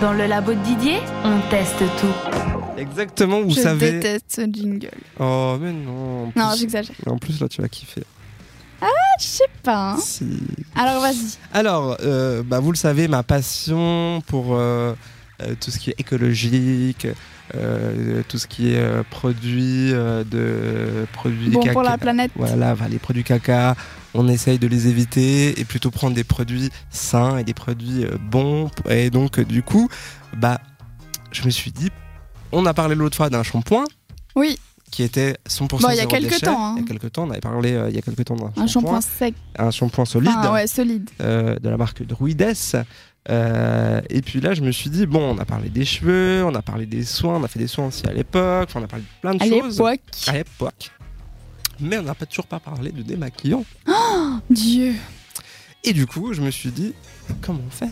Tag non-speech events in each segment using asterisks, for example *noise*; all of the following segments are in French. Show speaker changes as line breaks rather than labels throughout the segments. Dans le labo de Didier, on teste tout.
Exactement, vous
je
savez.
déteste ce jingle.
Oh, mais non. En plus,
Non, j'exagère.
en plus, là, tu vas kiffer.
Ah, je sais pas. hein.
Si.
Alors vas-y.
Alors, euh, bah, vous le savez, ma passion pour euh, euh, tout ce qui est écologique, euh, tout ce qui est euh, produits euh, de produits
Bon
caca.
pour la planète.
Voilà, bah, les produits caca, on essaye de les éviter et plutôt prendre des produits sains et des produits euh, bons. Et donc, euh, du coup, bah, je me suis dit, on a parlé l'autre fois d'un shampoing
Oui,
qui était 100%
Bon, il y a
zéro
quelques
déchet.
temps, hein.
Il y a quelques temps, on avait parlé euh, il y a quelques temps d'un
un
shampoing,
shampoing sec.
un shampoing solide
Enfin, ouais, solide.
euh, de la marque Druides. Euh, et puis là, je me suis dit, bon, on a parlé des cheveux, on a parlé des soins, on a fait des soins aussi à l'époque, enfin, on a parlé de plein de
À
choses
l'époque.
à l'époque. Mais on n'a pas- toujours pas parlé de démaquillant.
Dieu.
Et du coup, je me suis dit, comment faire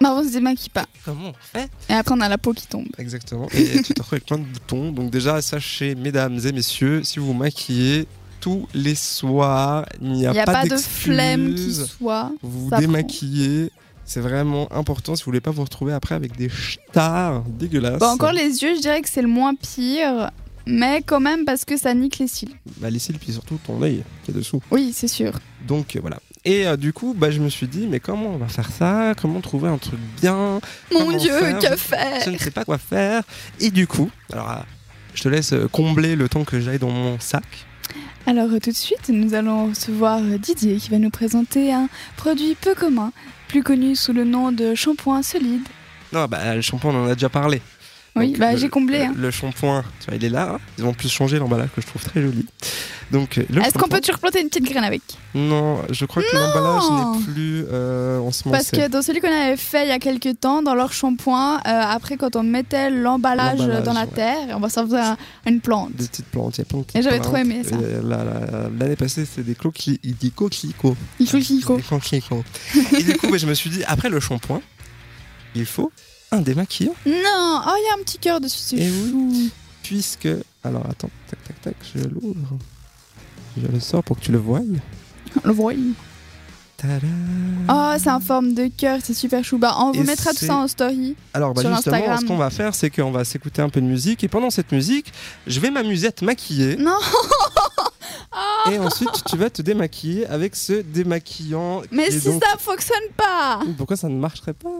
Non, on se démaquille pas.
Comment faire
Et après, on a la peau qui tombe.
Exactement. Et tu te retrouves avec plein de boutons. Donc, déjà, sachez, mesdames et messieurs, si vous vous maquillez tous les soirs, il n'y a,
Il n'y a pas de
d'excuse.
flemme qui soit.
vous vous
Ça prend.
démaquillez. C'est vraiment important si vous voulez pas vous retrouver après avec des stars dégueulasses.
Bon, Bah, encore les yeux, je dirais que c'est le moins pire. Mais quand même, parce que ça nique les cils.
Bah, les cils, puis surtout ton œil qui est dessous.
Oui, c'est sûr.
Donc euh, voilà. Et euh, du coup, bah, je me suis dit, mais comment on va faire ça Comment trouver un truc bien
Mon
Comment
Dieu,
faire
que
Je
faire
ne sais pas quoi faire. Et du coup, alors euh, je te laisse euh, combler le temps que j'aille dans mon sac.
Alors euh, tout de suite, nous allons recevoir euh, Didier qui va nous présenter un produit peu commun, plus connu sous le nom de shampoing solide.
Non, bah, le shampoing, on en a déjà parlé.
Oui,
Donc,
bah
le-
j'ai comblé.
Le,
hein.
le shampoing, tu vois, il est là. hein. Ils ont en plus changé l'emballage que je trouve très joli. Donc, euh, le
Est-ce qu'on
shampoing-
peut te replanter une petite graine avec
Non, je crois que l'emballage n'est plus euh, en ce moment.
Parce que dans celui qu'on avait fait il y a quelques temps, dans leur shampoing, euh, après quand on mettait l'emballage euh, dans la
L'emballage, ouais.
terre, on va s'en faire une plante.
Des petites plantes, il y a plein de petites
Et j'avais
plantes.
trop aimé ça.
Euh, la- la- L'année passée, c'était des coquelicots. Des coquelicots.
Il faut qu'il faut.
Des coquelicots. Et du coup, bah, je me suis dit, après le shampoing, il faut un démaquillant.
Non, oh il y a un petit cœur dessus. c'est
Eh
fou.
Puisque. Alors attends, tac, tac, tac, je l'ouvre. Je le sors pour que tu le voies.
Le voile.
Tada
Oh c'est en forme de cœur, c'est super chou. Bah, on vous
Ah. Et
mettra tout
c'est-
ça en story.
Alors bah,
Sur
justement,
Instagram.
ce qu'on va faire, c'est qu'on va s'écouter un peu de musique. Et pendant cette musique, je vais m'amuser à te maquiller.
Non.
Et ensuite, tu vas te démaquiller avec ce démaquillant.
Mais
qui est
si
donc-
ça fonctionne pas,
Pourquoi ça ne marcherait pas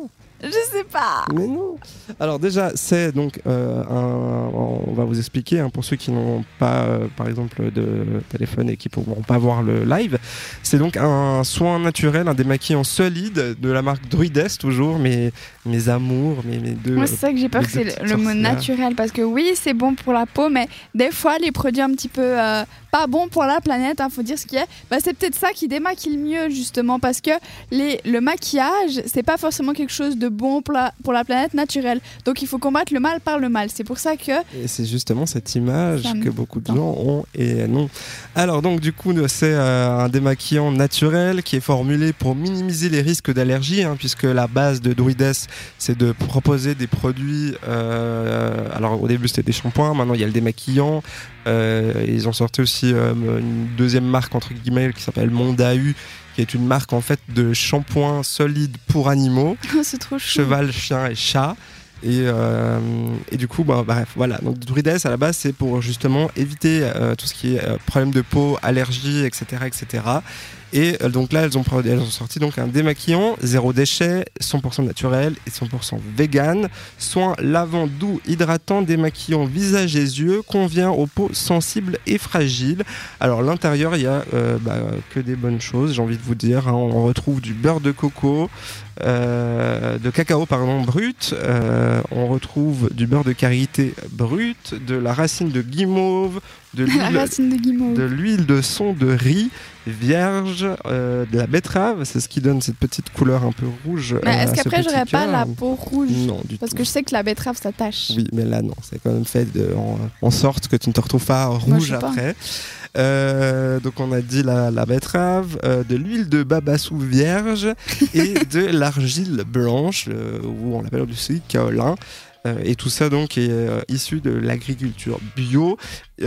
je sais pas.
Mais non Alors déjà, c'est donc euh, un- On va vous expliquer, hein, pour ceux qui n'ont pas, euh, par exemple, de téléphone et qui ne pourront pas voir le live, c'est donc un soin naturel, un démaquillant solide de la marque Druides, toujours, mes, mes amours, mes, mes deux...
Moi, c'est ça que j'ai peur,
les
que c'est
deux
le,
petites
le mot
sorcières.
naturel. Parce que oui, c'est bon pour la peau, mais des fois, les produits un petit peu euh, pas bons pour la planète, hein, faut dire ce qu'il y a, bah, c'est peut-être ça qui démaquille mieux, justement. Parce que les, le maquillage, c'est pas forcément quelque chose de bon pour la, pour la planète naturelle. Donc, il faut combattre le mal par le mal. C'est pour ça que. *laughs*
Et c'est justement cette image
Ça me
que beaucoup de
tend.
gens ont et non. Alors donc du coup c'est euh, un démaquillant naturel qui est formulé pour minimiser les risques d'allergie hein, puisque la base de Druides c'est de proposer des produits. euh, alors au début c'était des shampoings, maintenant il y a le démaquillant. Euh, ils ont sorti aussi euh, une deuxième marque entre guillemets qui s'appelle Mondahu qui est une marque en fait de shampoing solide pour animaux
c'est trop chou.
cheval, chien et chat. Et, euh, et du coup, bah, bref, voilà. Donc, Druides à la base, c'est pour justement éviter euh, tout ce qui est euh, problème de peau, allergies, etc. etc. Et euh, donc là, elles ont, pro- elles ont sorti donc un démaquillant, zéro déchet, 100% naturel et 100% vegan. Soin lavant, doux, hydratant, démaquillant visage et yeux, convient aux peaux sensibles et fragiles. Alors, l'intérieur, il y a euh, bah, que des bonnes choses, j'ai envie de vous dire. hein. On retrouve du beurre de coco, euh, de cacao pardon, brut, euh, on retrouve du beurre de karité brut, de la racine de guimauve,
*laughs*
de
*laughs* La
l'huile
racine de guimauve.
de l'huile de son de riz vierge, euh, de la betterave, c'est ce qui donne cette petite couleur un peu rouge.
Mais
euh, à
est-ce
ce
qu'après,
petit
j'aurais pas
cœur.
la peau rouge
Non, du
Parce
tout.
que je sais que la betterave, ça tâche.
Oui, mais là, non, c'est quand même fait de- en, en sorte que tu ne te retrouves pas
je
rouge
sais pas.
après. Euh, donc, on a dit la, la betterave, euh, de l'huile de babassou
*laughs*
vierge et de l'argile blanche, euh, ou on l'appelle du silicolin. Euh, et tout ça donc est euh, issu de l'agriculture bio.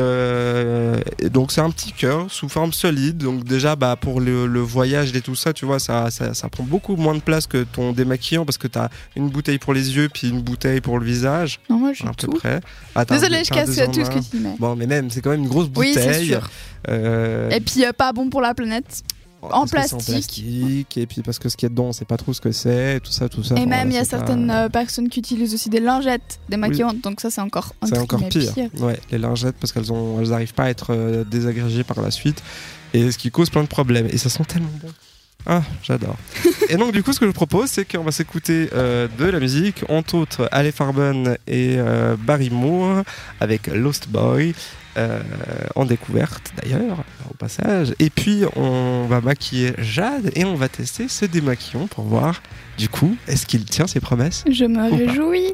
Euh, et donc c'est un petit cœur sous forme solide. Donc déjà bah, pour le, le voyage et tout ça, tu vois, ça, ça, ça prend beaucoup moins de place que ton démaquillant parce que t'as une bouteille pour les yeux puis une bouteille pour le visage
Non, moi, je suis
à peu
tout.
près. Ah, t'as un-
Désolée, je
t'as un
casse
deux en
tout ce
un.
que tu mets.
Bon mais même c'est quand même une grosse
Oui,
bouteille.
c'est sûr.
Euh,
Et puis, euh, pas bon pour la planète. en
parce que c'est
plastique.
plastique, Et puis parce que ce qu'il y a dedans, on sait pas trop ce que c'est, tout ça, tout ça.
Et
Enfin, voilà,
même, il y a
c'est pas-
certaines euh, personnes qui utilisent aussi des lingettes démaquillantes, donc ça, c'est encore,
C'est
entre
encore
guillemets
pire. Ouais, les lingettes, parce qu'elles ont, elles n'arrivent pas à être euh, désagrégées par la suite. Et ce qui cause plein de problèmes. Et ça sent tellement bon. Ah, j'adore. et donc, du coup, ce que je propose, c'est qu'on va s'écouter euh, de la musique, entre autres Ale Farben et euh, Barry Moore, avec Lost Boy, euh, en découverte d'ailleurs, au passage. Et puis, on va maquiller Jade et on va tester ce démaquillon pour voir, du coup, est-ce qu'il tient ses promesses
Je me
Ou pas.
réjouis.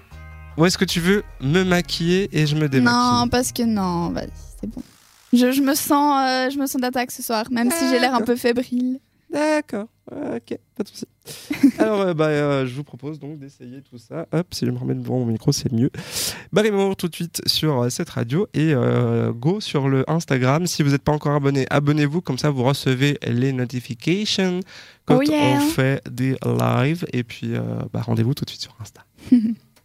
Ou est-ce que tu veux me maquiller et je me démaquille
Non, parce que non, vas-y, c'est bon. Je, je me sens, euh, je me sens d'attaque ce soir, même si j'ai l'air un peu fébrile.
D'accord, ok, pas de
*laughs*
souci. Alors, euh, bah, euh, je vous propose donc d'essayer tout ça. Hop, si je me remets devant mon micro, c'est mieux. Barry Moore tout de suite sur euh, cette radio et euh, go sur le Instagram. Si vous n'êtes pas encore abonné, abonnez-vous, comme ça vous recevez les notifications quand
Oh yeah.
on fait des lives. Et puis, euh, bah, rendez-vous tout de suite sur Insta.